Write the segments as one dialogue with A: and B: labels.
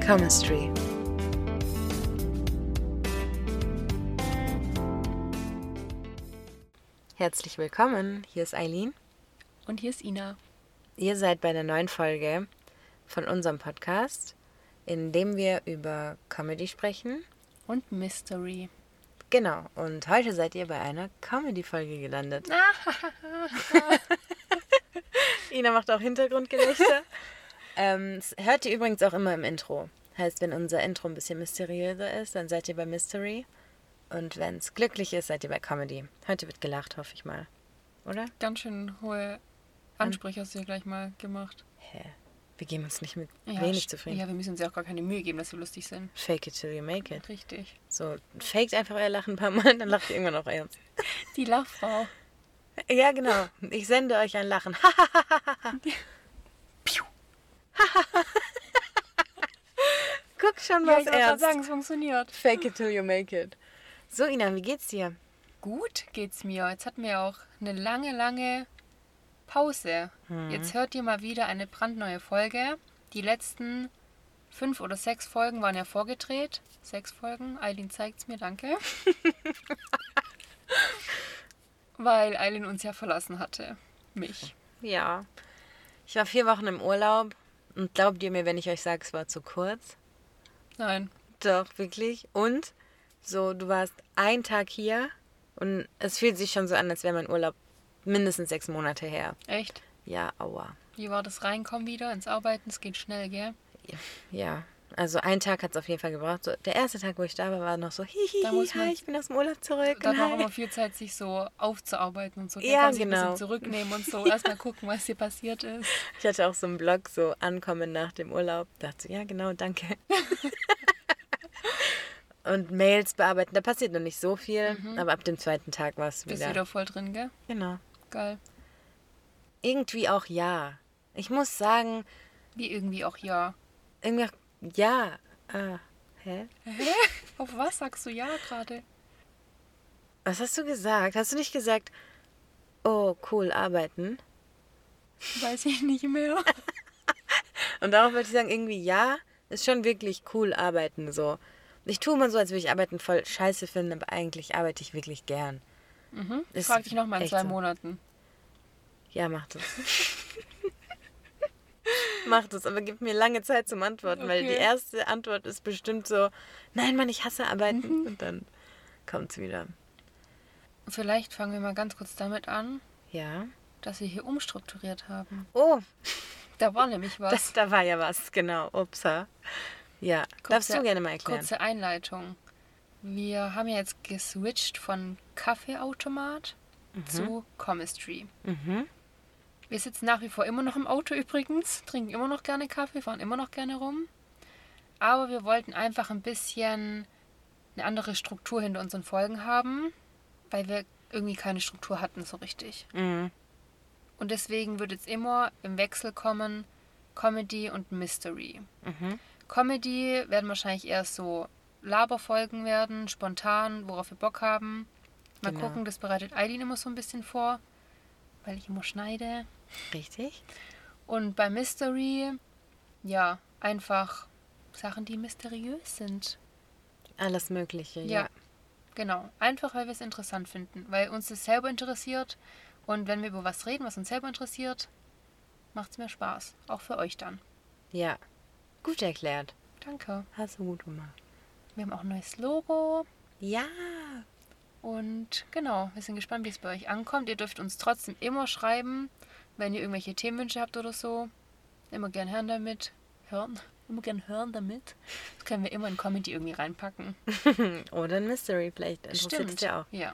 A: Chemistry. Herzlich willkommen, hier ist Eileen.
B: Und hier ist Ina.
A: Ihr seid bei einer neuen Folge von unserem Podcast, in dem wir über Comedy sprechen.
B: Und Mystery.
A: Genau, und heute seid ihr bei einer Comedy-Folge gelandet. Ina macht auch Hintergrundgelächter. ähm, das hört ihr übrigens auch immer im Intro. Heißt, wenn unser Intro ein bisschen mysteriöser ist, dann seid ihr bei Mystery. Und wenn es glücklich ist, seid ihr bei Comedy. Heute wird gelacht, hoffe ich mal. Oder?
B: Ganz schön hohe Ansprüche hast du hier gleich mal gemacht.
A: Hä? Wir geben uns nicht mit
B: Ja,
A: wenig
B: st-
A: zufrieden.
B: Ja, wir müssen uns ja auch gar keine Mühe geben, dass wir lustig sind.
A: Fake it till you make it.
B: Richtig.
A: So, faked einfach euer Lachen ein paar Mal, dann lacht ihr irgendwann auch ernst.
B: Die Lachfrau.
A: Ja, genau. Ich sende euch ein Lachen. Piu. Guck schon
B: Ja,
A: mal
B: ich wollte gerade
A: ernst.
B: sagen, es funktioniert.
A: Fake it till you make it. So, Ina, wie geht's dir?
B: Gut geht's mir. Jetzt hatten wir auch eine lange, lange Pause.
A: Hm.
B: Jetzt hört ihr mal wieder eine brandneue Folge. Die letzten fünf oder sechs Folgen waren ja vorgedreht. Sechs Folgen. Eileen zeigt's mir, danke. Weil Eileen uns ja verlassen hatte. Mich.
A: Ja. Ich war vier Wochen im Urlaub und glaubt ihr mir, wenn ich euch sage, es war zu kurz?
B: Nein.
A: Doch, wirklich. Und so, du warst einen Tag hier und es fühlt sich schon so an, als wäre mein Urlaub mindestens sechs Monate her.
B: Echt?
A: Ja, aua.
B: Wie war das Reinkommen wieder ins Arbeiten? Es geht schnell, gell?
A: Ja, also einen Tag hat es auf jeden Fall gebraucht. So, der erste Tag, wo ich da war, war noch so, hihi,
B: Da muss man-
A: hi, ich bin aus dem Urlaub zurück.
B: Da
A: und
B: braucht
A: hi.
B: man viel Zeit, sich so aufzuarbeiten und so.
A: genau. Ja,
B: Ja, kann sich ein
A: genau.
B: bisschen zurücknehmen und so. Erstmal gucken, was hier passiert ist.
A: Ich hatte auch so einen Blog, so Ankommen nach dem Urlaub. Dachte, ja, genau, danke. und Mails bearbeiten, da passiert noch nicht so viel, aber ab dem zweiten Tag war es
B: Bist
A: wieder.
B: wieder voll drin, gell?
A: Genau.
B: Geil.
A: Irgendwie auch ja. Ich muss sagen,
B: Wie irgendwie auch ja.
A: irgendwie auch ja. Ah, hä?
B: Auf was sagst du ja gerade?
A: Was hast du gesagt? Hast du nicht gesagt, oh, cool, arbeiten?
B: Weiß ich nicht mehr.
A: Und darauf wollte ich sagen, irgendwie ja, ist schon wirklich cool arbeiten so. Ich tue immer so, als würde ich arbeiten voll scheiße finden, aber eigentlich arbeite ich wirklich gern. Ist
B: Mhm. Frag dich nochmal in
A: echt
B: zwei
A: so.
B: Monaten.
A: Ja, mach das. mach das, aber gib mir lange Zeit zum Antworten, weil die
B: Okay.
A: erste Antwort ist bestimmt so, nein Mann, ich hasse arbeiten.
B: Mhm.
A: Und dann kommt's wieder.
B: Vielleicht fangen wir mal ganz kurz damit an,
A: Ja.
B: dass wir hier umstrukturiert haben.
A: Oh,
B: Da war nämlich was.
A: das, da war ja was, genau. Upsa. Ja, darfst du gerne mal erklären.
B: Kurze Einleitung. Wir haben ja jetzt geswitcht von Kaffeeautomat
A: Mhm.
B: zu Chemistry. Wir sitzen nach wie vor immer noch im Auto übrigens, trinken immer noch gerne Kaffee, fahren immer noch gerne rum. Aber wir wollten einfach ein bisschen eine andere Struktur hinter unseren Folgen haben, weil wir irgendwie keine Struktur hatten so richtig.
A: Mhm.
B: Und deswegen wird jetzt immer im Wechsel kommen Comedy und Mystery. Comedy werden wahrscheinlich erst so Laberfolgen werden, spontan, worauf wir Bock haben. Mal
A: Genau.
B: gucken, das bereitet Eileen immer so ein bisschen vor, weil ich immer schneide.
A: Richtig?
B: Und bei Mystery, ja, einfach Sachen, die mysteriös sind.
A: Alles Mögliche, ja.
B: Ja, genau. Einfach, weil wir es interessant finden, weil uns das selber interessiert. Und wenn wir über was reden, was uns selber interessiert, macht es mehr Spaß. Auch für euch dann.
A: Ja. Gut erklärt.
B: Danke.
A: Hast du gut gemacht.
B: Wir haben auch ein neues Logo.
A: Ja.
B: Und genau, wir sind gespannt, wie es bei euch ankommt. Ihr dürft uns trotzdem immer schreiben, wenn ihr irgendwelche Themenwünsche habt oder so. Immer gern hören damit. Hören? Immer gern hören damit. Das können wir immer in Comedy irgendwie reinpacken.
A: Oder ein Oh, Mystery vielleicht. Interessiert es ja auch.
B: Ja.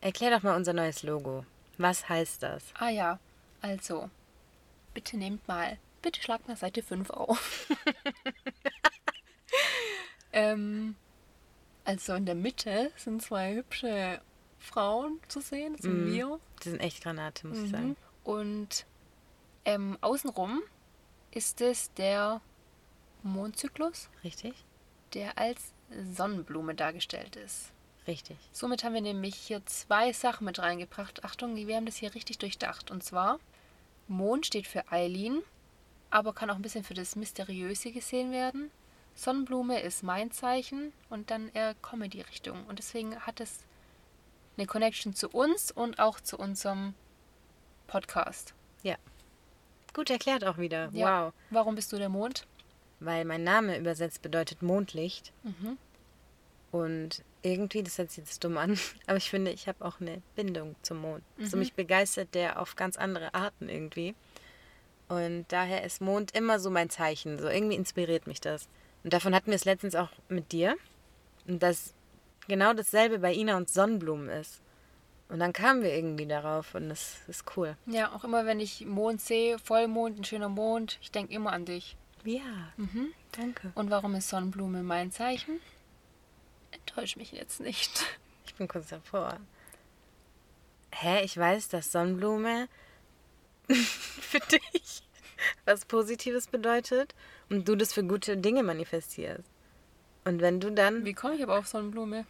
A: Erklär doch mal unser neues Logo. Was heißt das?
B: Ah ja, also, bitte nehmt mal, bitte schlagt nach Seite 5 auf. ähm, also in der Mitte sind zwei hübsche Frauen zu sehen, das sind wir. Mhm.
A: Die sind echt Granate, Mhm, muss ich sagen.
B: Und ähm, außenrum ist es der Mondzyklus,
A: Richtig?
B: der als Sonnenblume dargestellt ist.
A: Richtig.
B: Somit haben wir nämlich hier zwei Sachen mit reingebracht. Achtung, wir haben das hier richtig durchdacht. Und zwar, Mond steht für Eileen, aber kann auch ein bisschen für das Mysteriöse gesehen werden. Sonnenblume ist mein Zeichen und dann eher Comedy-Richtung. Und deswegen hat es eine Connection zu uns und auch zu unserem Podcast.
A: Gut erklärt auch wieder.
B: Ja.
A: Wow.
B: Warum bist du der Mond?
A: Weil mein Name übersetzt bedeutet Mondlicht. Und irgendwie, das hört sich jetzt dumm an, aber ich finde, ich habe auch eine Bindung zum Mond. Also mich begeistert der auf ganz andere Arten irgendwie. Und daher ist Mond immer so mein Zeichen. So irgendwie inspiriert mich das. Und davon hatten wir es letztens auch mit dir. Und dass genau dasselbe bei Ina und Sonnenblumen ist. Und dann kamen wir irgendwie darauf und das ist cool.
B: Ja, auch immer wenn ich Mond sehe, Vollmond, ein schöner Mond, ich denke immer an dich.
A: Ja, danke.
B: Und warum ist Sonnenblume mein Zeichen? Enttäusch mich jetzt nicht.
A: Ich bin kurz davor. Hä, ich weiß, dass Sonnenblume für dich was Positives bedeutet und du das für gute Dinge manifestierst. Und wenn du dann.
B: Wie komme ich aber auf Sonnenblume?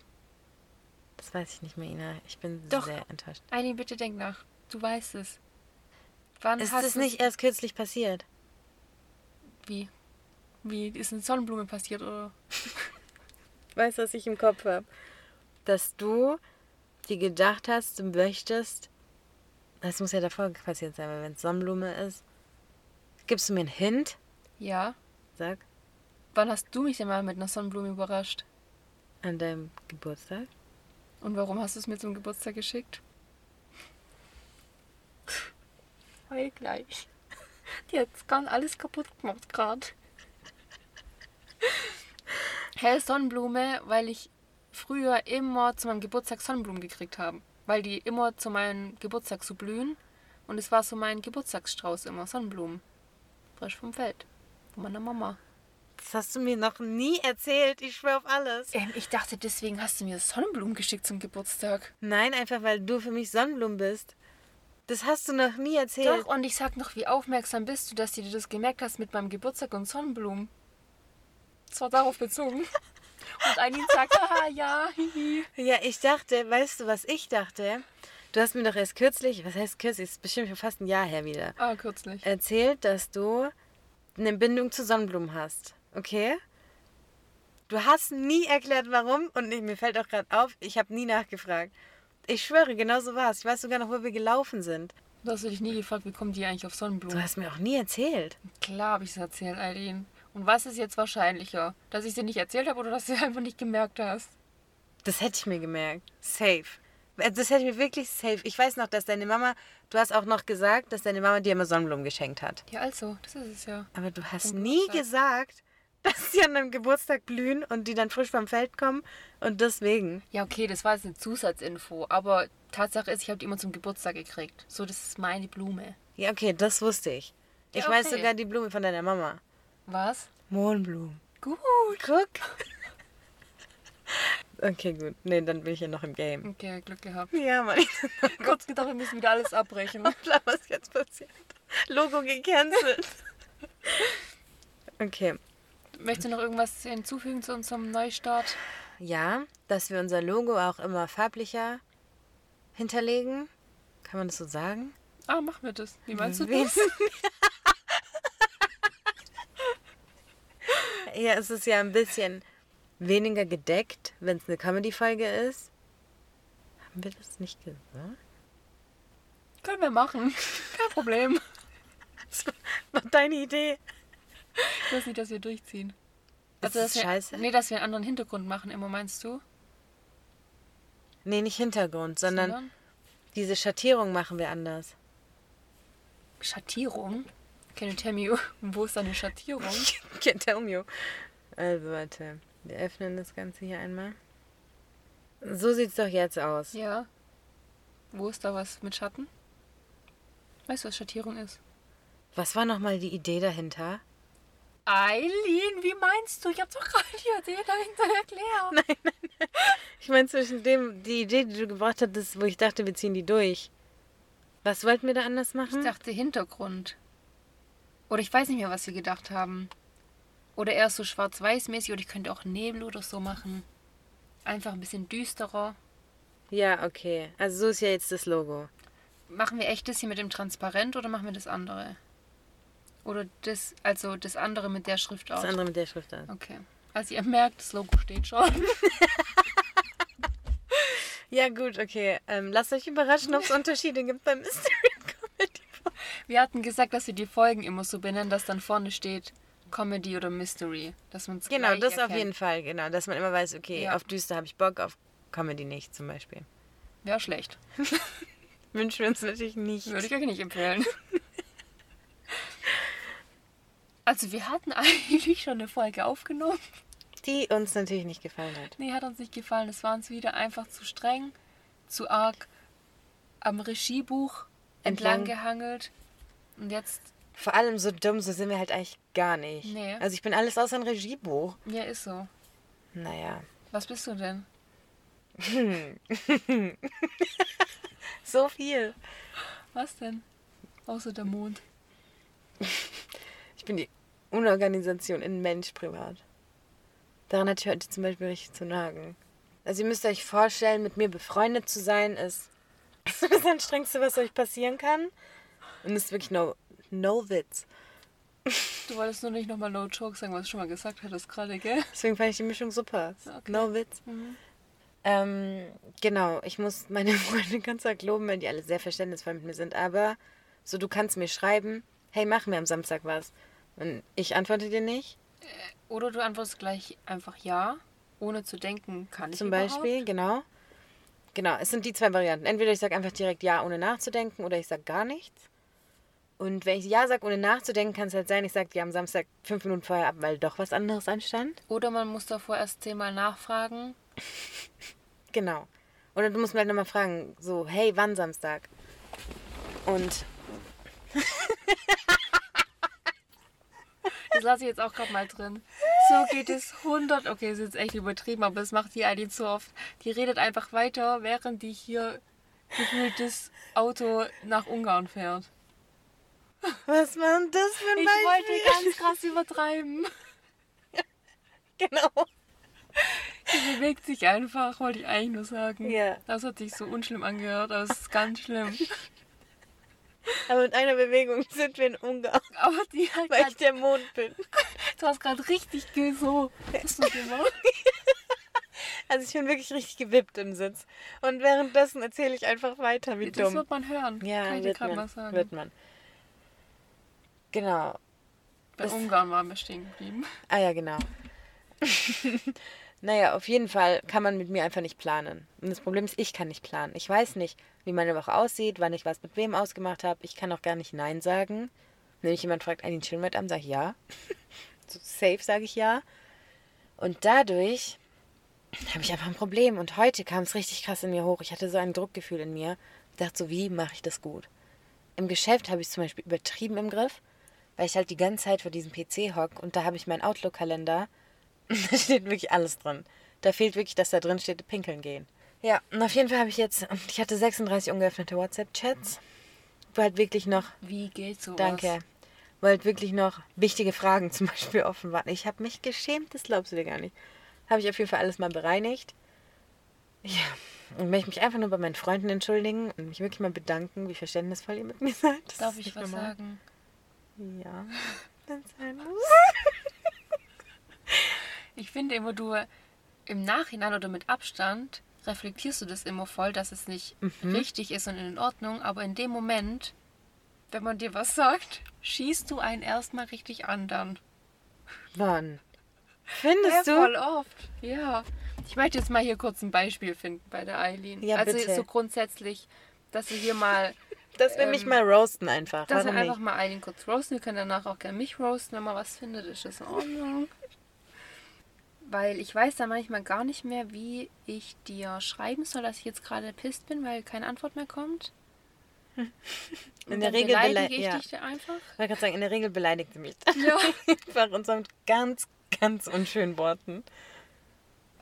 A: Das weiß ich nicht mehr, Ina. Ich bin
B: Doch.
A: sehr enttäuscht.
B: Eileen, bitte denk nach. Du weißt es. Wann
A: Ist
B: hast
A: das
B: du
A: nicht erst kürzlich passiert?
B: Wie? Wie ist eine Sonnenblume passiert? Oder?
A: Weißt du, was ich im Kopf habe? Dass du dir gedacht hast, du möchtest. Das muss ja davor passiert sein, weil wenn es Sonnenblume ist. Gibst du mir einen Hint?
B: Ja.
A: Sag.
B: Wann hast du mich denn mal mit einer Sonnenblume überrascht?
A: An deinem Geburtstag?
B: Und warum hast du es mir zum Geburtstag geschickt? Heul gleich. Die hat ganz alles kaputt gemacht gerade. Hell Sonnenblume, weil ich früher immer zu meinem Geburtstag Sonnenblumen gekriegt habe. Weil die immer zu meinem Geburtstag so blühen. Und es war so mein Geburtstagsstrauß immer, Sonnenblumen. Frisch vom Feld. Von meiner Mama.
A: Das hast du mir noch nie erzählt. Ich schwöre auf alles.
B: Ähm, ich dachte, deswegen hast du mir Sonnenblumen geschickt zum Geburtstag.
A: Nein, einfach weil du für mich Sonnenblumen bist. Das hast du noch nie erzählt.
B: Doch, und ich sag noch, wie aufmerksam bist du, dass du dir das gemerkt hast mit meinem Geburtstag und Sonnenblumen. Das war darauf bezogen. Und Eileen sagt, haha, ja, hihi.
A: Ja, ich dachte, weißt du, was ich dachte? Du hast mir doch erst kürzlich, was heißt kürzlich, ist bestimmt schon fast ein Jahr her wieder,
B: Ah, kürzlich.
A: erzählt, dass du eine Bindung zu Sonnenblumen hast. Okay? Du hast nie erklärt, warum. Und ich, mir fällt auch gerade auf, ich habe nie nachgefragt. Ich schwöre, genau so war es. Ich weiß sogar noch, wo wir gelaufen sind.
B: Du hast dich nie gefragt, wie kommen die eigentlich auf
A: Du
B: Sonnenblumen?
A: hast mir auch nie erzählt.
B: Klar habe ich es erzählt, Eileen. Und was ist jetzt wahrscheinlicher? Dass ich dir nicht erzählt habe oder dass du es einfach nicht gemerkt hast?
A: Das hätte ich mir gemerkt. Safe. Äh, Das hätte ich mir wirklich safe. Ich weiß noch, dass deine Mama, du hast auch noch gesagt, dass deine Mama dir immer Sonnenblumen geschenkt hat.
B: Ja, also, das ist es ja.
A: Aber du hast
B: Zum
A: nie
B: Geburtstag.
A: gesagt, dass die an deinem Geburtstag blühen und die dann frisch vom Feld kommen und deswegen.
B: Ja, okay, das war jetzt eine Zusatzinfo, aber Tatsache ist, ich habe die immer zum Geburtstag gekriegt. So, das ist meine Blume.
A: Ja, okay, das wusste ich. Ich
B: Ja,
A: weiß
B: okay.
A: sogar die Blume von deiner Mama.
B: Was?
A: Mohnblumen.
B: Gut.
A: Guck. okay, gut. Nee, dann bin ich ja noch im Game.
B: Okay, Glück gehabt.
A: Ja, Mann.
B: Kurz gedacht, wir müssen wieder alles abbrechen.
A: Klar, was jetzt passiert. Logo gecancelt. okay.
B: Möchtest du noch irgendwas hinzufügen zu unserem Neustart?
A: Ja, dass wir unser Logo auch immer farblicher hinterlegen. Kann man das so sagen?
B: Ah, machen wir das. Wie meinst du
A: Wen-
B: das?
A: ja, es ist ja ein bisschen weniger gedeckt, wenn es eine Comedy-Folge ist. Haben wir das nicht gesagt?
B: Können wir machen. Kein Problem.
A: War deine Idee.
B: Ich weiß nicht, dass wir durchziehen.
A: Das
B: Also,
A: ist
B: dass wir,
A: scheiße.
B: Nee, dass wir einen anderen Hintergrund machen, immer meinst du?
A: Nee, nicht Hintergrund, sondern diese Schattierung machen wir anders.
B: Schattierung. Can you tell me, wo ist deine Schattierung?
A: Can't tell you. Also, warte. Wir öffnen das Ganze hier einmal. So sieht's doch jetzt aus.
B: ja. Wo ist da was mit Schatten? Weißt du, was Schattierung ist?
A: Was war nochmal die Idee dahinter?
B: Eileen, wie meinst du? Ich hab's doch gerade dir dahinter erklärt.
A: Ich meine, zwischen dem, die Idee, die du gebracht hattest, wo ich dachte, wir ziehen die durch. Was wollten wir da anders machen?
B: Ich dachte Hintergrund. Oder ich weiß nicht mehr, was wir gedacht haben. Oder eher so schwarz-weiß-mäßig oder ich könnte auch Nebel oder so machen. Einfach ein bisschen düsterer.
A: ja, okay. Also so ist ja jetzt das Logo.
B: Machen wir echt das hier mit dem Transparent oder machen wir das andere? Oder das, also das andere mit der
A: Das
B: Schriftart?
A: andere mit der Schrift an.
B: Okay. Also ihr merkt, das Logo steht schon.
A: Ja, gut, okay. Ähm, lasst euch überraschen, ob es Unterschiede gibt beim Mystery Comedy.
B: Wir hatten gesagt, dass wir die Folgen immer so benennen, dass dann vorne steht Comedy oder Mystery. Dass man's
A: Genau,
B: gleich
A: das
B: erkennt.
A: auf jeden Fall, genau. Dass man immer weiß, okay,
B: Ja.
A: auf Düster habe ich Bock, auf Comedy nicht zum Beispiel.
B: Wäre schlecht.
A: Wünschen wir uns natürlich nicht.
B: Würde ich euch nicht empfehlen. Also wir hatten eigentlich schon eine Folge aufgenommen.
A: Die uns natürlich nicht gefallen hat.
B: Nee, hat uns nicht gefallen. Es war uns wieder einfach zu streng, zu arg am Regiebuch entlang,
A: Entlang.
B: gehangelt. Und jetzt,
A: Vor allem so dumm, so sind wir halt eigentlich gar nicht.
B: Nee.
A: Also ich bin alles außer ein Regiebuch.
B: ja, ist so.
A: Naja.
B: Was bist du denn?
A: So viel.
B: Was denn? Außer der Mond.
A: Ich bin die Unorganisation in Mensch privat. Daran hat ich heute zum Beispiel richtig zu nagen. Also ihr müsst euch vorstellen, mit mir befreundet zu sein ist das Anstrengendste, was euch passieren kann. Und ist wirklich no, no Witz.
B: Du wolltest nur nicht nochmal No Joke sagen, was du schon mal gesagt hattest gerade, gell?
A: Deswegen fand ich die Mischung super.
B: Okay. Mhm.
A: No Witz. Ähm, genau, ich muss meine Freunde ganz arg loben, weil die alle sehr verständnisvoll mit mir sind. Aber so, du kannst mir schreiben, hey, machen wir am Samstag was. Und ich antworte dir nicht.
B: Oder du antwortest gleich einfach ja, ohne zu denken, kann ich
A: Zum
B: überhaupt?
A: Beispiel, genau. Genau, es sind die zwei Varianten. Entweder ich sage einfach direkt Ja, ohne nachzudenken, oder ich sage gar nichts. Und wenn ich Ja sage, ohne nachzudenken, kann es halt sein, ich sage ja am Samstag fünf Minuten vorher ab, weil doch was anderes anstand.
B: Oder man muss davor erst zehnmal nachfragen.
A: Genau. Oder du musst mir halt nochmal fragen, so, hey, wann Samstag? Und
B: Das lasse ich jetzt auch gerade mal drin. So geht es 100. Okay, ist jetzt echt übertrieben, aber das macht die Eileen so oft. Die redet einfach weiter, während die hier gefühlt das Auto nach Ungarn fährt.
A: was war denn das für ein
B: Ich
A: Beispiel?
B: wollte ganz krass übertreiben.
A: Genau.
B: Die bewegt sich einfach, wollte ich eigentlich nur sagen.
A: Ja.
B: Das hat sich so unschlimm angehört, aber es ist ganz schlimm.
A: Aber mit einer Bewegung sind wir in Ungarn,
B: Aber die hat
A: weil
B: grad-
A: ich der Mond bin.
B: Du hast gerade richtig ge- so. Das ist gemacht.
A: Also ich bin wirklich richtig gewippt im Sitz. Und währenddessen erzähle ich einfach weiter, wie
B: Das
A: dumm.
B: wird man hören.
A: Ja,
B: Kann ich dir
A: wird,
B: gerade
A: man,
B: mal sagen.
A: wird man. Genau.
B: Bei Ungarn waren wir stehen geblieben.
A: Ah ja, genau. naja, auf jeden Fall kann man mit mir einfach nicht planen. Und das Problem ist, ich kann nicht planen. Ich weiß nicht, wie meine Woche aussieht, wann ich was mit wem ausgemacht habe. Ich kann auch gar nicht Nein sagen. Wenn mich jemand fragt, einen chillen wir heute Abend, sage ich ja. so safe sage ich ja. Und dadurch habe ich einfach ein Problem. Und heute kam es richtig krass in mir hoch. Ich hatte so ein Druckgefühl in mir. Ich dachte so, wie mache ich das gut? Im Geschäft habe ich es zum Beispiel übertrieben im Griff, weil ich halt die ganze Zeit vor diesem PC hock und da habe ich meinen Outlook-Kalender. Und da steht wirklich alles drin. Da fehlt wirklich, dass da drin steht, pinkeln gehen. Ja, und auf jeden Fall habe ich jetzt, und ich hatte 36 ungeöffnete WhatsApp-Chats, wo halt wirklich noch
B: Wie geht sowas?
A: Danke. Weil halt wirklich noch wichtige Fragen zum Beispiel offen waren. Ich habe mich geschämt, das glaubst du dir gar nicht. Habe ich auf jeden Fall alles mal bereinigt. Ja, und möchte mich einfach nur bei meinen Freunden entschuldigen und mich wirklich mal bedanken, wie verständnisvoll ihr mit mir seid. Das
B: Darf
A: ist
B: ich
A: nicht
B: was
A: normal.
B: sagen?
A: Ja, wenn es sein muss.
B: Ich finde immer, du im Nachhinein oder mit Abstand reflektierst du das immer voll, dass es nicht
A: Mhm.
B: richtig ist und in Ordnung, aber in dem Moment, wenn man dir was sagt, schießt du einen erstmal richtig an dann.
A: Wann? Findest
B: ja,
A: du?
B: voll oft. Ja. Ich möchte jetzt mal hier kurz ein Beispiel finden bei der Eileen.
A: Ja,
B: also
A: bitte.
B: so grundsätzlich, dass wir hier mal,
A: Dass wir mich mal roasten einfach.
B: Ähm, dass wir
A: Warum
B: einfach
A: nicht?
B: mal Eileen kurz roasten. Wir können danach auch gerne mich roasten, wenn man was findet, ist das in Ordnung. Weil ich weiß da manchmal gar nicht mehr, wie ich dir schreiben soll, dass ich jetzt gerade pisst bin, weil keine Antwort mehr kommt. Und
A: In der
B: dann
A: Regel
B: beleidige
A: belei-
B: ich
A: ja.
B: dich da einfach.
A: Ich wollte gerade sagen, in der Regel beleidigt sie mich.
B: Ja.
A: Einfach und so mit ganz, ganz unschönen Worten.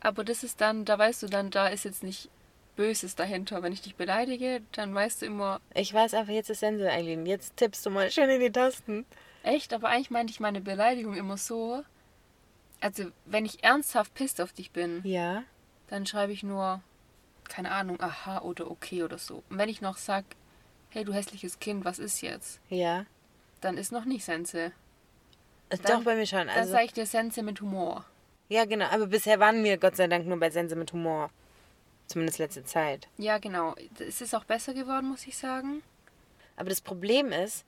B: Aber das ist dann, da weißt du dann, da ist jetzt nicht Böses dahinter. Wenn ich dich beleidige, dann weißt du immer,
A: Ich weiß einfach, jetzt ist Sense Eileen. Jetzt tippst du mal schön in die Tasten.
B: Echt? Aber eigentlich meinte ich meine Beleidigung immer so. Also, wenn ich ernsthaft pisst auf dich bin,
A: Ja.
B: dann schreibe ich nur, keine Ahnung, aha oder okay oder so. Und wenn ich noch sag, hey du hässliches Kind, was ist jetzt?
A: Ja.
B: Dann ist noch nicht Sense.
A: Äh,
B: Dann-
A: Doch, bei mir schon.
B: Dann
A: Also,
B: sage ich dir Sense mit Humor.
A: Ja, genau. Aber bisher waren wir Gott sei Dank nur bei Sense mit Humor. Zumindest letzte Zeit.
B: Ja, genau. Es ist auch besser geworden, muss ich sagen.
A: Aber das Problem ist,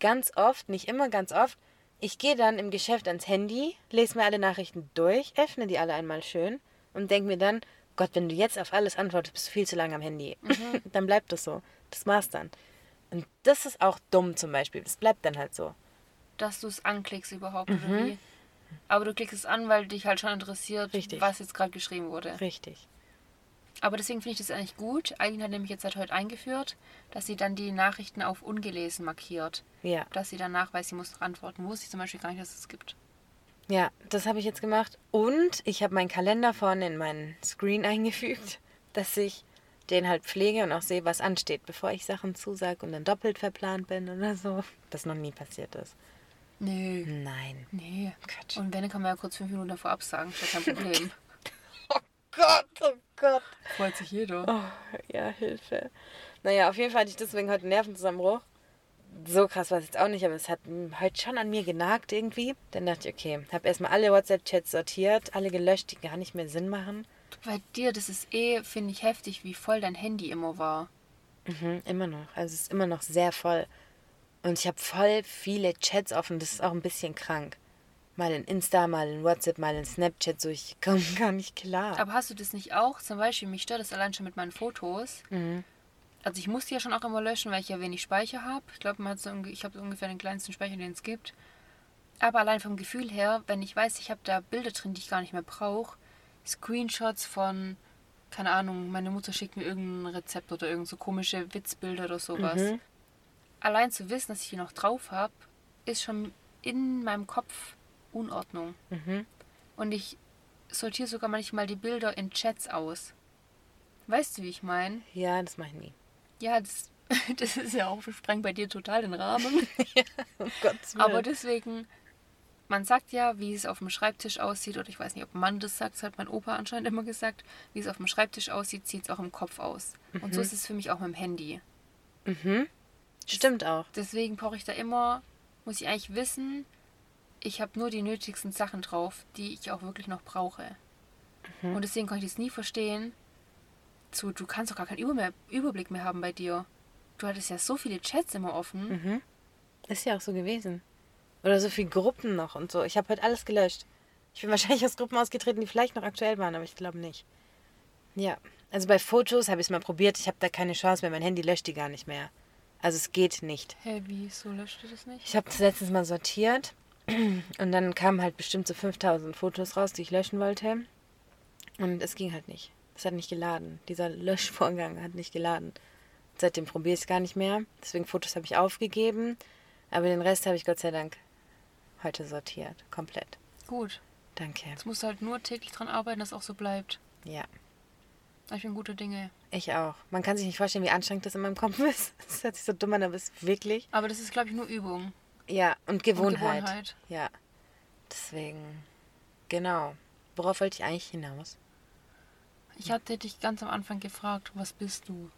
A: ganz oft, nicht immer ganz oft, ich gehe dann im Geschäft ans Handy, lese mir alle Nachrichten durch, öffne die alle einmal schön und denke mir dann, Gott, wenn du jetzt auf alles antwortest, bist du viel zu lange am Handy. dann bleibt das so. Das war's dann. Und das ist auch dumm zum Beispiel. Das bleibt dann halt so.
B: Dass du es anklickst überhaupt
A: Mhm.
B: oder wie. Aber du klickst es an, weil dich halt schon interessiert,
A: Richtig.
B: was jetzt gerade geschrieben wurde.
A: Richtig.
B: Aber deswegen finde ich das eigentlich gut. Eileen hat nämlich jetzt seit heute eingeführt, dass sie dann die Nachrichten auf ungelesen markiert.
A: Ja.
B: Dass sie danach weiß, sie muss noch antworten. Wusste ich zum Beispiel gar nicht, dass es gibt.
A: Ja, das habe ich jetzt gemacht. Und ich habe meinen Kalender vorne in meinen Screen eingefügt, dass ich den halt pflege und auch sehe, was ansteht, bevor ich Sachen zusage und dann doppelt verplant bin oder so. Das noch nie passiert ist.
B: Nö.
A: Nein.
B: Nee.
A: Quatsch.
B: Und wenn, dann kann man ja kurz fünf Minuten davor absagen. Ist ja kein Problem.
A: Gott, oh Gott.
B: Freut sich jeder.
A: Oh, ja, Hilfe. Naja, auf jeden Fall hatte ich deswegen heute einen Nervenzusammenbruch. So krass war es jetzt auch nicht, aber es hat hm, heute schon an mir genagt irgendwie. Dann dachte ich, okay, habe erstmal alle WhatsApp-Chats sortiert, alle gelöscht, die gar nicht mehr Sinn machen.
B: Bei dir, das ist eh, finde ich, heftig, wie voll dein Handy immer war.
A: Mhm, immer noch. Also es ist immer noch sehr voll. Und ich habe voll viele Chats offen. Das ist auch ein bisschen krank. Mal in Insta, mal in WhatsApp, mal in Snapchat. So, ich komme gar nicht klar.
B: Aber hast du das nicht auch? Zum Beispiel, mich stört das allein schon mit meinen Fotos. Also ich muss die ja schon auch immer löschen, weil ich ja wenig Speicher habe. Ich glaube, man hat so unge- ich habe so ungefähr den kleinsten Speicher, den es gibt. Aber allein vom Gefühl her, wenn ich weiß, ich habe da Bilder drin, die ich gar nicht mehr brauche, Screenshots von, keine Ahnung, meine Mutter schickt mir irgendein Rezept oder irgend so komische Witzbilder oder sowas. Allein zu wissen, dass ich die noch drauf habe, ist schon in meinem Kopf Unordnung. Und ich sortiere sogar manchmal die Bilder in Chats aus. Weißt du, wie ich meine?
A: ja, das mache ich nie.
B: Ja, das, das ist ja auch, sprengt bei dir total den Rahmen.
A: Um Gottes Willen.
B: Aber deswegen, man sagt ja, wie es auf dem Schreibtisch aussieht, oder ich weiß nicht, ob man das sagt, das hat mein Opa anscheinend immer gesagt, wie es auf dem Schreibtisch aussieht, sieht es auch im Kopf aus. Und so ist es für mich auch mit dem Handy.
A: Stimmt auch.
B: Deswegen brauche ich da immer, muss ich eigentlich wissen, ich habe nur die nötigsten Sachen drauf, die ich auch wirklich noch brauche. Und deswegen konnte ich das nie verstehen. Zu, du kannst doch gar keinen Über mehr, Überblick mehr haben bei dir. Du hattest ja so viele Chats immer offen.
A: Ist ja auch so gewesen. Oder so viele Gruppen noch und so. Ich habe heute alles gelöscht. Ich bin wahrscheinlich aus Gruppen ausgetreten, die vielleicht noch aktuell waren, aber ich glaube nicht. Ja. Also bei Fotos habe ich es mal probiert. Ich habe da keine Chance mehr. Mein Handy löscht die gar nicht mehr. Also es geht nicht.
B: Hä, wie? So löscht du das nicht?
A: Ich habe das letztens mal sortiert und dann kamen halt bestimmt so 5000 Fotos raus, die ich löschen wollte. Und es ging halt nicht. Es hat nicht geladen. Dieser Löschvorgang hat nicht geladen. Seitdem probiere ich es gar nicht mehr. Deswegen Fotos habe ich aufgegeben. Aber den Rest habe ich Gott sei Dank heute sortiert. Komplett.
B: Gut.
A: Danke.
B: Jetzt musst du halt nur täglich dran arbeiten, dass es auch so bleibt.
A: Ja,
B: Aber Ich bin gute Dinge.
A: ich auch. Man kann sich nicht vorstellen, wie anstrengend das in meinem Kopf ist. Das hört sich so dumm an, aber es ist wirklich.
B: Aber das ist, glaube ich, nur Übung.
A: Ja, und Gewohnheit.
B: Gewohnheit.
A: Ja. Deswegen. Genau. Worauf wollte ich eigentlich hinaus?
B: Ich hatte dich ganz am Anfang gefragt, was bist du?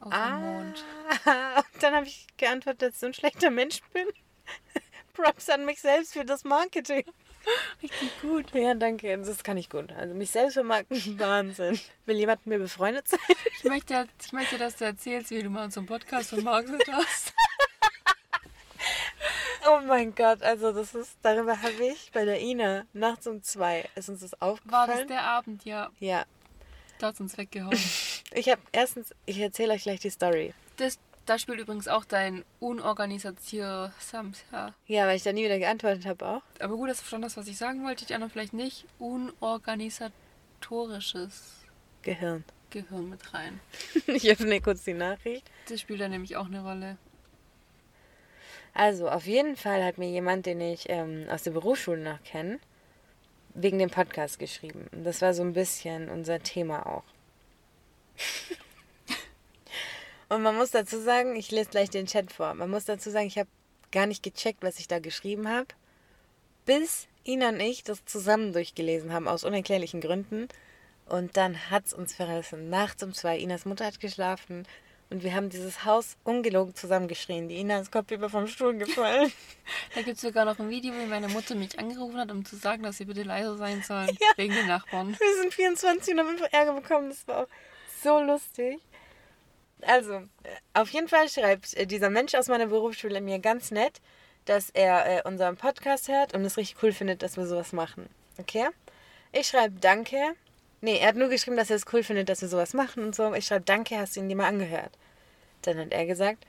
B: Auf
A: Ah.
B: dem Mond.
A: Und dann habe ich geantwortet, dass ich so ein schlechter Mensch bin. Props an mich selbst für das Marketing.
B: Richtig gut.
A: Ja, danke. Das kann ich gut. Also mich selbst vermarkten, Wahnsinn. Will jemand mit mir befreundet sein?
B: Ich möchte, ich möchte, dass du erzählst, wie du mal unseren Podcast vermarktet hast.
A: Oh mein Gott, also das ist, darüber habe ich bei der Ina nachts um zwei, ist uns das
B: War das
A: aufgefallen?
B: der Abend, ja.
A: ja.
B: Da hat uns weggehauen.
A: Ich habe erstens, ich erzähle euch gleich die Story.
B: Das, da spielt übrigens auch dein unorganisiersames, ja.
A: Ja, weil ich da nie wieder geantwortet habe auch.
B: Aber gut, dass du verstanden hast, was ich sagen wollte. Die anderen vielleicht nicht. Unorganisatorisches
A: Gehirn.
B: Gehirn mit rein.
A: Ich öffne kurz die Nachricht.
B: Das spielt da nämlich auch eine Rolle.
A: Also, auf jeden Fall hat mir jemand, den ich ähm, aus der Berufsschule noch kenne, wegen dem Podcast geschrieben. Und Das war so ein bisschen unser Thema auch. Und man muss dazu sagen, ich lese gleich den Chat vor. Man muss dazu sagen, ich habe gar nicht gecheckt, was ich da geschrieben habe, bis Ina und ich das zusammen durchgelesen haben, aus unerklärlichen Gründen. Und dann hat's uns verrissen. Nachts um zwei, Inas Mutter hat geschlafen Und wir haben dieses Haus ungelogen zusammengeschrien. Die Ina ist kopfüber vom Stuhl gefallen.
B: Da gibt es sogar noch ein Video, wie meine Mutter mich angerufen hat, um zu sagen, dass sie bitte leise sein sollen. Wegen den Nachbarn.
A: wir sind 24 und haben Ärger bekommen. Das war auch so lustig. Also, äh, auf jeden Fall schreibt äh, dieser Mensch aus meiner Berufsschule mir ganz nett, dass er äh, unseren Podcast hört und es richtig cool findet, dass wir sowas machen. Okay? Ich schreibe Danke. Nee, er hat nur geschrieben, dass er es cool findet, dass wir sowas machen und so. Ich schreibe Danke, hast du ihn dir mal angehört? Dann hat er gesagt,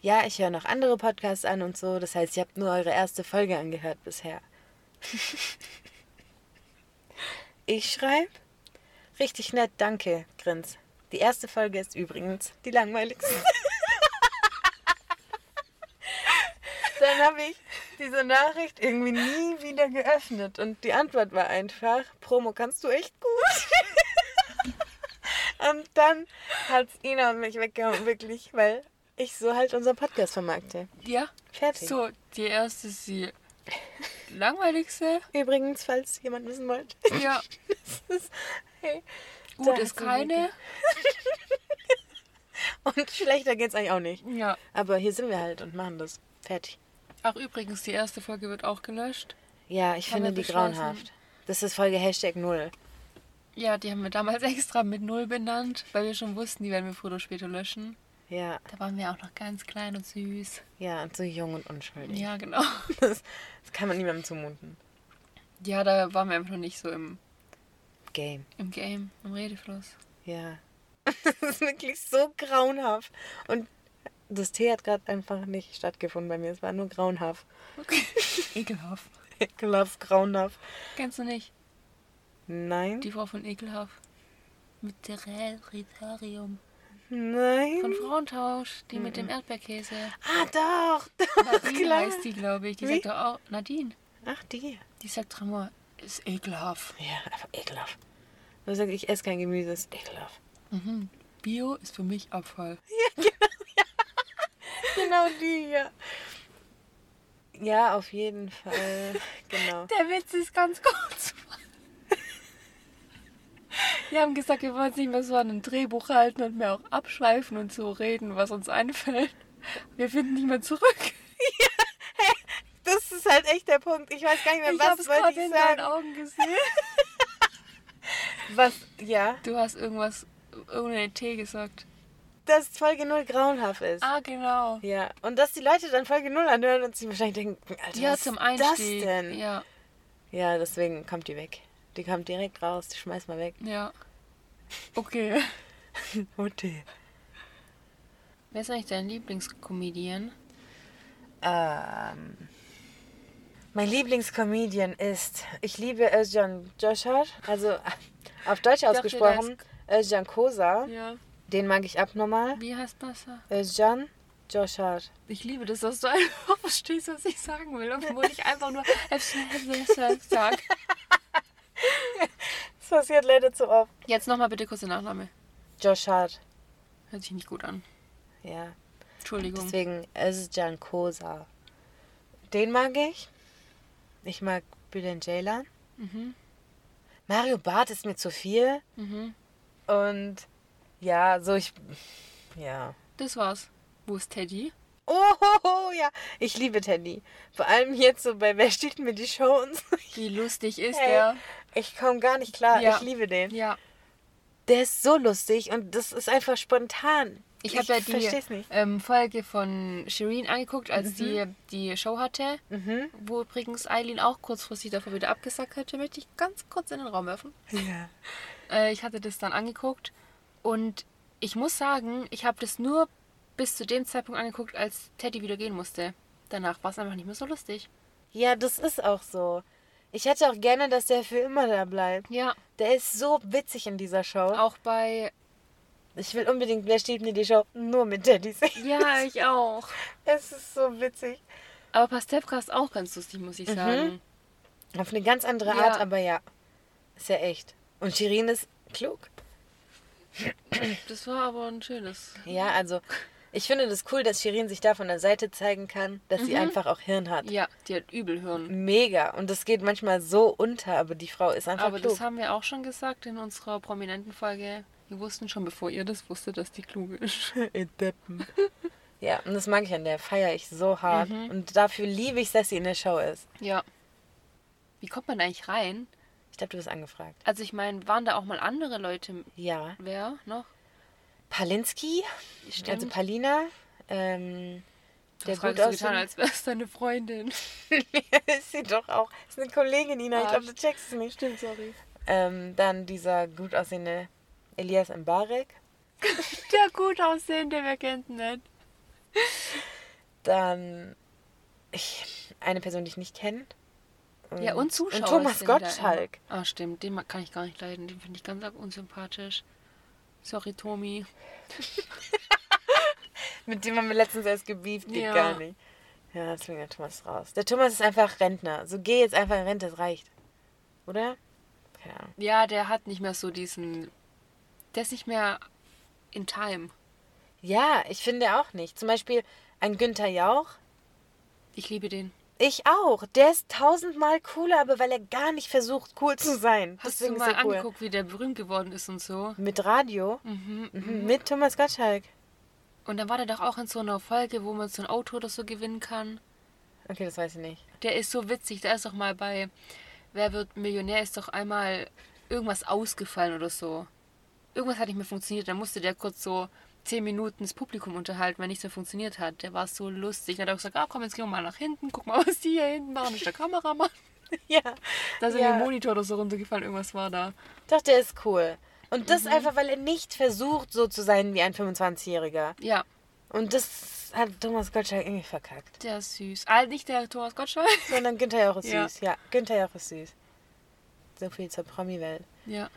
A: ja, ich höre noch andere Podcasts an und so. Das heißt, ihr habt nur eure erste Folge angehört bisher. ich schreibe, richtig nett, danke, Grins. Die erste Folge ist übrigens die langweiligste. Dann habe ich diese Nachricht irgendwie nie wieder geöffnet und die Antwort war einfach, Promo kannst du echt gut. und dann hat Ina und mich weggehauen, wirklich, weil ich so halt unseren Podcast vermarkte.
B: Ja.
A: Fertig.
B: So, die erste ist die langweiligste.
A: Übrigens, falls jemand wissen wollte.
B: Ja.
A: Das ist, hey,
B: Gut
A: Da
B: ist
A: hast du
B: keine.
A: und schlechter geht's eigentlich auch nicht.
B: Ja.
A: Aber hier sind wir halt und machen das. Fertig.
B: Ach, übrigens, die erste Folge wird auch gelöscht.
A: Ja, ich
B: Haben
A: finde
B: wir
A: die
B: beschlossen.
A: grauenhaft. Das ist Folge Hashtag Null.
B: Ja, die haben wir damals extra mit Null benannt, weil wir schon wussten, die werden wir früher oder später löschen.
A: Ja,
B: Da waren wir auch noch ganz klein und süß.
A: ja, und so jung und unschuldig.
B: Ja, genau.
A: Das, das kann man niemandem zumuten.
B: Ja, da waren wir einfach noch nicht so im,
A: Game,
B: im Game, im Redefluss.
A: ja. Das ist wirklich so grauenhaft. Und das Tee hat gerade einfach nicht stattgefunden bei mir. Es war nur grauenhaft.
B: Ekelhaft.
A: Ekelhaft, grauenhaft.
B: Kennst du nicht?
A: Nein,
B: Die Frau von Ekelhaft. Mit Terrell Ritarium. Von
A: nein.
B: Frauentausch, die mit dem Erdbeerkäse.
A: Ah, doch, doch,
B: Nadine
A: klar.
B: heißt die, glaube ich. Die
A: Wie?
B: sagt doch auch, Nadine.
A: Ach, die.
B: Die sagt doch immer, ist ekelhaft.
A: Ja, einfach ekelhaft. Du sagst, ich esse kein Gemüse, ist ekelhaft.
B: Mhm. Bio ist für mich Abfall.
A: Genau die, ja. Ja, auf jeden Fall. Genau.
B: Der Witz ist ganz kurz. Wir haben gesagt, wir wollen uns nicht mehr so an ein Drehbuch halten und mehr auch abschweifen und so reden, was uns einfällt. Wir finden nicht mehr zurück.
A: Das ist halt echt der Punkt. Ich weiß gar nicht mehr,
B: ich
A: was
B: hab's gerade
A: wollte ich
B: in deinen
A: sagen.
B: Augen gesehen.
A: Was, ja,
B: Du hast irgendwas, irgendeinen Tee gesagt.
A: dass Folge 0 grauenhaft ist.
B: Ah, genau.
A: Ja, und dass die Leute dann Folge 0 anhören und sich wahrscheinlich denken, Alter,
B: Ja,
A: was
B: zum
A: ist
B: Einstieg.
A: das denn? Ja.
B: Ja,
A: deswegen kommt die weg. Die kommt direkt raus, die schmeißt mal weg.
B: ja. Okay.
A: Okay.
B: Wer ist eigentlich dein Lieblingscomedian?
A: Ähm, mein Lieblingscomedian ist, ich liebe Özcan Joshar, also auf Deutsch
B: dachte,
A: ausgesprochen, Özcan Kosa.
B: Ja.
A: Den mag ich abnormal.
B: Wie heißt das?
A: Özcan Joshar.
B: Ich liebe das, dass du einfach verstehst, was ich sagen will, obwohl ich einfach nur sage.
A: Das passiert leider zu oft.
B: Jetzt nochmal bitte kurz den Nachname.
A: Joshar,
B: Hört sich nicht gut an.
A: ja.
B: Entschuldigung.
A: Deswegen Özcan Kosa. Den mag ich. Ich mag Bülent Ceylan.
B: Mhm.
A: Mario Barth ist mir zu viel.
B: Mhm.
A: Und ja, so ich. Ja.
B: Das war's. Wo ist Teddy?
A: Oh, ho, ho, ja. Ich liebe Teddy. Vor allem jetzt so bei Wer stiehlt mir die Show und so.
B: Wie lustig ist
A: Hey.
B: der?
A: Ich komme gar nicht klar.
B: Ja.
A: Ich liebe den.
B: Ja.
A: Der ist so lustig und das ist einfach spontan.
B: Ich habe ja
A: versteh's
B: die
A: nicht.
B: ähm, Folge von Shireen angeguckt, als die die Show hatte, wo übrigens Eileen auch kurzfristig davor wieder abgesagt hatte. Möchte ich ganz kurz in den Raum werfen.
A: Ja.
B: Äh, ich hatte das dann angeguckt und ich muss sagen, ich habe das nur bis zu dem Zeitpunkt angeguckt, als Teddy wieder gehen musste. Danach war es einfach nicht mehr so lustig.
A: Ja, das ist auch so. Ich hätte auch gerne, dass der für immer da bleibt.
B: Ja,
A: Der ist so witzig in dieser Show.
B: auch bei.
A: Ich will unbedingt, wer steht mir die Show nur mit Teddy sehen.
B: Ja, ich auch.
A: Es ist so witzig.
B: Aber Pastewka ist auch ganz lustig, muss ich sagen.
A: Auf eine ganz andere
B: Ja.
A: Art, aber ja. Ist ja echt. Und Shirin ist klug.
B: Das war aber ein schönes.
A: Ja, also ich finde das cool, dass Shirin sich da von der Seite zeigen kann, dass
B: Mhm.
A: sie einfach auch Hirn hat.
B: Ja, die hat übel hören.
A: Mega. Und das geht manchmal so unter, aber die Frau ist einfach
B: Aber
A: klug.
B: das haben wir auch schon gesagt in unserer prominenten Folge. Wir wussten schon, bevor ihr das wusstet, dass die klug ist.
A: Ihr Deppen. Ja, und das mag ich an der, feiere ich so hart.
B: Mhm.
A: Und dafür liebe ich, dass sie in der Show ist.
B: Ja. Wie kommt man eigentlich rein?
A: Ich glaube, du bist angefragt.
B: Also ich meine, waren da auch mal andere Leute?
A: Ja.
B: Wer noch?
A: Palinski, also
B: Stimmt.
A: Palina, ähm, der
B: das hast
A: gut
B: du getan,
A: aussieht.
B: als wärst deine Freundin.
A: ist sie doch auch. Ist eine Kollegin, Nina. Ich
B: Ah,
A: glaube, du checkst es nicht.
B: Stimmt, sorry.
A: Ähm, dann dieser gut aussehende Elias Mbarek.
B: Der gut aussehende, wer kennt
A: ne?
B: nicht?
A: Dann ich, eine Person, die ich nicht kenne.
B: Ja, und Zuschauer.
A: Und Thomas
B: sind da
A: Gottschalk.
B: immer. Ah, stimmt, den mag- kann ich gar nicht leiden. Den finde ich ganz arg unsympathisch. Sorry, Tomi.
A: Mit dem haben wir letztens erst gebieft. Geht
B: Ja.
A: gar nicht. Ja, deswegen der Thomas raus. Der Thomas ist einfach Rentner. So geh jetzt einfach in Rente, das reicht. Oder? Keine Ahnung.
B: Ja, der hat nicht mehr so diesen. Der ist nicht mehr in Time.
A: Ja, ich finde auch nicht. Zum Beispiel ein Günther Jauch.
B: Ich liebe den.
A: Ich auch. Der ist tausendmal cooler, aber weil er gar nicht versucht, cool zu sein.
B: Hast
A: Deswegen
B: du mal
A: ist er cool.
B: angeguckt, wie der berühmt geworden ist und so?
A: Mit Radio?
B: Mhm.
A: Mhm. Mit Thomas Gottschalk.
B: Und dann war der doch auch in so einer Folge, wo man so ein Auto oder so gewinnen kann.
A: Okay, das weiß ich nicht.
B: Der ist so witzig. Da ist doch mal bei Wer wird Millionär ist doch einmal irgendwas ausgefallen oder so. Irgendwas hat nicht mehr funktioniert. Dann musste der kurz so zehn Minuten das Publikum unterhalten, weil nichts mehr funktioniert hat. Der war so lustig. Dann hat er gesagt, ah, komm, jetzt gehen wir mal nach hinten. Guck mal, was die hier hinten machen mit der Kamera machen.
A: Ja.
B: Da ist
A: Ja.
B: irgendwie ein Monitor oder so runtergefallen. Irgendwas war da.
A: Doch, der ist cool. Und das
B: Mhm.
A: einfach, weil er nicht versucht, so zu sein wie ein 25-Jähriger.
B: Ja,
A: Und das hat Thomas Gottschalk irgendwie verkackt.
B: der ist süß. Ah, nicht der Thomas Gottschalk.
A: Sondern Günther Jauch ist
B: Ja.
A: süß. Ja, Günther Jauch ist süß. So viel zur Promi-Welt.
B: Ja.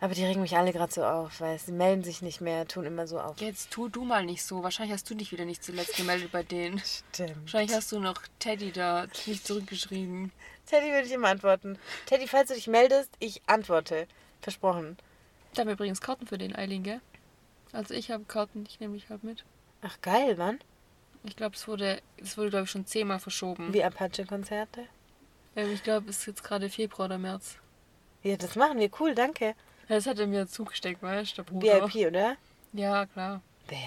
A: Aber die regen mich alle gerade so auf, weil sie melden sich nicht mehr, tun immer so auf.
B: Jetzt tu du mal nicht so. Wahrscheinlich hast du dich wieder nicht zuletzt gemeldet bei denen.
A: Stimmt.
B: Wahrscheinlich hast du noch Teddy da nicht zurückgeschrieben.
A: Teddy würde ich immer antworten. Teddy, falls du dich meldest, ich antworte. Versprochen.
B: Da haben wir übrigens Karten für den Eiling, gell? Also ich habe Karten, ich nehme dich halt mit.
A: Ach geil, Mann.
B: Ich glaube, es wurde, es wurde glaube ich schon zehnmal verschoben.
A: Mhm. Wie Apache-Konzerte.
B: Ähm, ich glaube, es ist jetzt gerade Februar oder März.
A: Ja, das machen wir. Cool, danke.
B: Das hat er mir zugesteckt, weißt du, der Bruder.
A: VIP, oder?
B: Ja, klar.
A: Wer,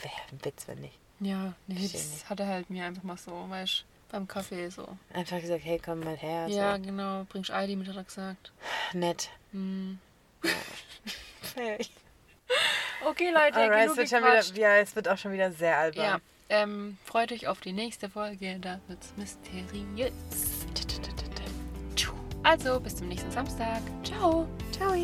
A: wer ein Witz, wenn nicht.
B: Ja, nee,
A: Versteh
B: das
A: nicht.
B: hat er halt mir einfach mal so, weißt du, beim Kaffee so.
A: Einfach gesagt, hey, komm mal her.
B: Ja,
A: So.
B: genau, bringst Aldi mit, hat er gesagt.
A: Nett.
B: Hm.
A: Mhm. Hey.
B: Okay, Leute,
A: Alright, es
B: genug
A: wird schon wieder,
B: gequatscht.
A: ja, es wird auch schon wieder sehr albern.
B: Ja, ähm, freut euch auf die nächste Folge, da wird's mysteriös. Also, bis zum nächsten Samstag. Ciao.
A: Ciao.